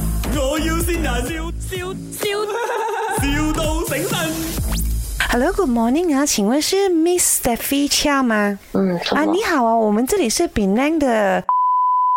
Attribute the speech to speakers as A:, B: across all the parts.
A: 要先人，笑笑笑，,笑到醒神。
B: Hello，Good morning 啊，请问是 Miss Steffi Chia 吗？
C: 嗯，什
B: 啊，
C: 么？
B: 你好啊，我们这里是 Penang 的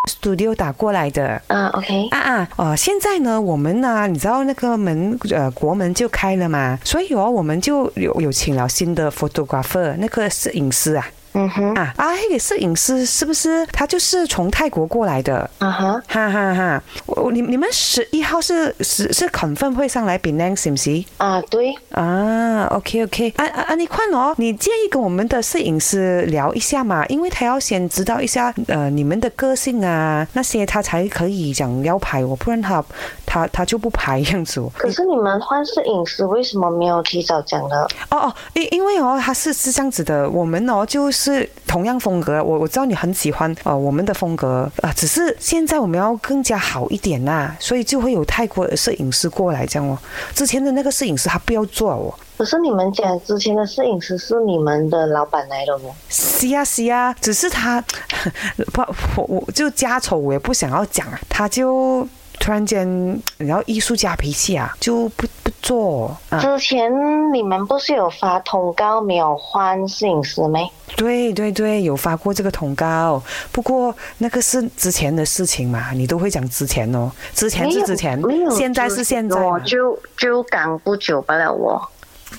B: studio 打过来的。
C: 啊，OK，
B: 啊啊，哦，现在呢，我们呢，你知道那个门，呃，国门就开了嘛，所以哦，我们就有有请了新的 photographer，那个摄影师啊，
C: 嗯哼，
B: 啊啊，那个摄影师是不是他就是从泰国过来的？
C: 啊哈，
B: 哈哈哈，我我你你们十一号是是是 confirm 会上来 Penang 是不是？
C: 啊对，
B: 啊，OK OK，啊啊啊，你看哦，你介意跟我们的摄影师聊一下嘛？因为他要先知道一下，呃，你们的个性啊那些，他才可以讲要排我，不然他他他就不排这样子哦。
C: 可是你们换摄影师为什么没有提早讲呢？
B: 哦哦，因因为哦，他是是这样子的，我们哦就是同样风格，我我知道你很喜欢呃我们的风格啊、呃只是现在我们要更加好一点啦、所以就会有泰国的摄影师过来这样哦。之前的那个摄影师他不要做哦。
C: 可是你们讲之前的摄影师是你们的老板来的哦。
B: 是呀是呀，只是他不，我我就家丑，我也不想要讲啊。他就突然间，然后艺术家脾气啊，就不不做啊。
C: 之前你们不是有发通告没有换摄影师没？
B: 对对对，有发过这个通告，不过那个是之前的事情嘛，你都会讲之前哦，之前
C: 没
B: 是
C: 有
B: 之前
C: 没有，
B: 现在
C: 之
B: 是现在嘛。
C: 我就就赶不久罢了哦我。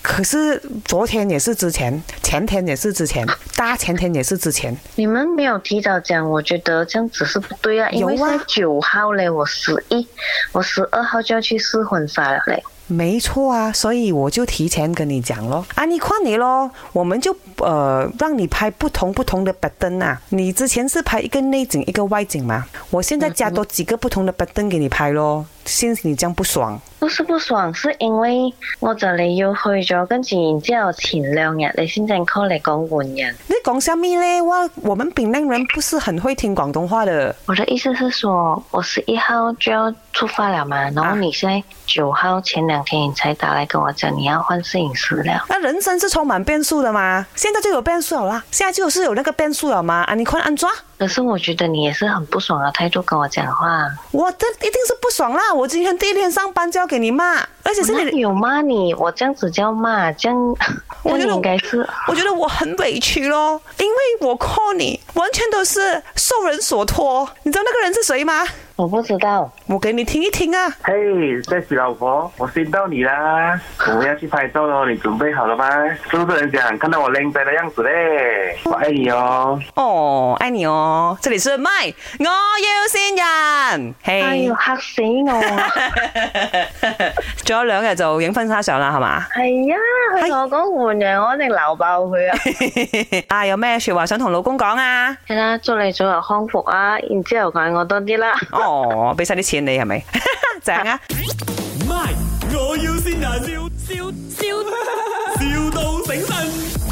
B: 可是昨天也是之前，前天也是之前，大前天也是之前。
C: 你们没有提早讲，我觉得这样子是不对啊，因为
B: 有啊
C: 是九号嘞，我十一，我十二号就要去试婚纱了嘞。
B: 没错啊，所以我就提前跟你讲咯，啊，你夸你咯，我们就呃让你拍不同不同的板凳啊。你之前是拍一个内景一个外景嘛，我现在加多几个不同的板凳给你拍咯。现在你这样不爽，
C: 不是不爽，是因為我就嚟要去咗，跟住然之後前兩日你先正 call 嚟講換人。
B: 你讲什么嘞？哇，我们闽南人不是很会听广东话的。
C: 我的意思是說，我十一號就要出發了嘛，然後你現在九號前兩天你才打來跟我講你要換攝影師了。
B: 那啊人生是充满变数的嘛，现在就有变数了啦，现在就是有那个变数了嘛。啊，你快按抓，
C: 可是我覺得你也是很不爽的態度跟我講話。
B: 我的一定是不爽啦，我今天第一天上班就要给你骂，而且是你的
C: 哪有骂你？我這樣子叫罵，這 樣
B: 我覺
C: 這樣你
B: 得我
C: 應該是
B: 我觉得我很委屈咯，因为我 call 你完全都是受人所托。你知道那个人是谁吗？
C: 我不知道。
B: 我给你听一听啊。
D: 嘿、这是老婆，我见到你啦，我们要去拍照喽，你准备好了吗？是不是很想看到我靓仔的样子嘞？我爱你哦。
B: 哦，爱你哦，这里是麦，我要先人。嘿、
C: 哎呦，嚇死我！哎
B: 仲有兩日就影婚紗相啦，係嘛？
C: 係啊，佢同我講換人，我一定鬧爆佢啊！
B: 啊，有咩说話想同老公講啊？
C: 係啦，祝你早日康復啊！然之後愛我多啲啦。
B: 哦，俾晒啲錢你係咪？ 正啊！
A: My，我要先人，笑笑笑，,笑到醒神。